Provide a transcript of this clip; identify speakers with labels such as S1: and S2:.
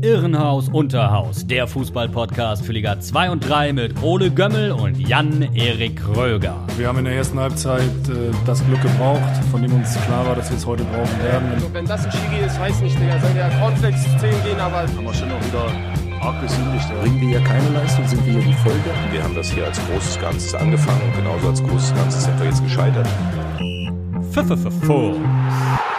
S1: Irrenhaus Unterhaus, der Fußball-Podcast für Liga 2 und 3 mit Ole Gömmel und Jan-Erik Röger.
S2: Wir haben in der ersten Halbzeit äh, das Glück gebraucht, von dem uns klar war, dass wir es heute brauchen werden.
S3: Wenn das ein Schiri ist, weiß nicht, Digga. Soll der Cornflakes 10 gehen, aber
S4: haben wir schon noch wieder arg gesündigt.
S5: Bringen wir hier keine Leistung, sind wir hier die Folge.
S6: Wir haben das hier als großes Ganzes angefangen und genauso als großes Ganzes sind wir jetzt gescheitert.
S1: Pfiff, pfiff, pfiff.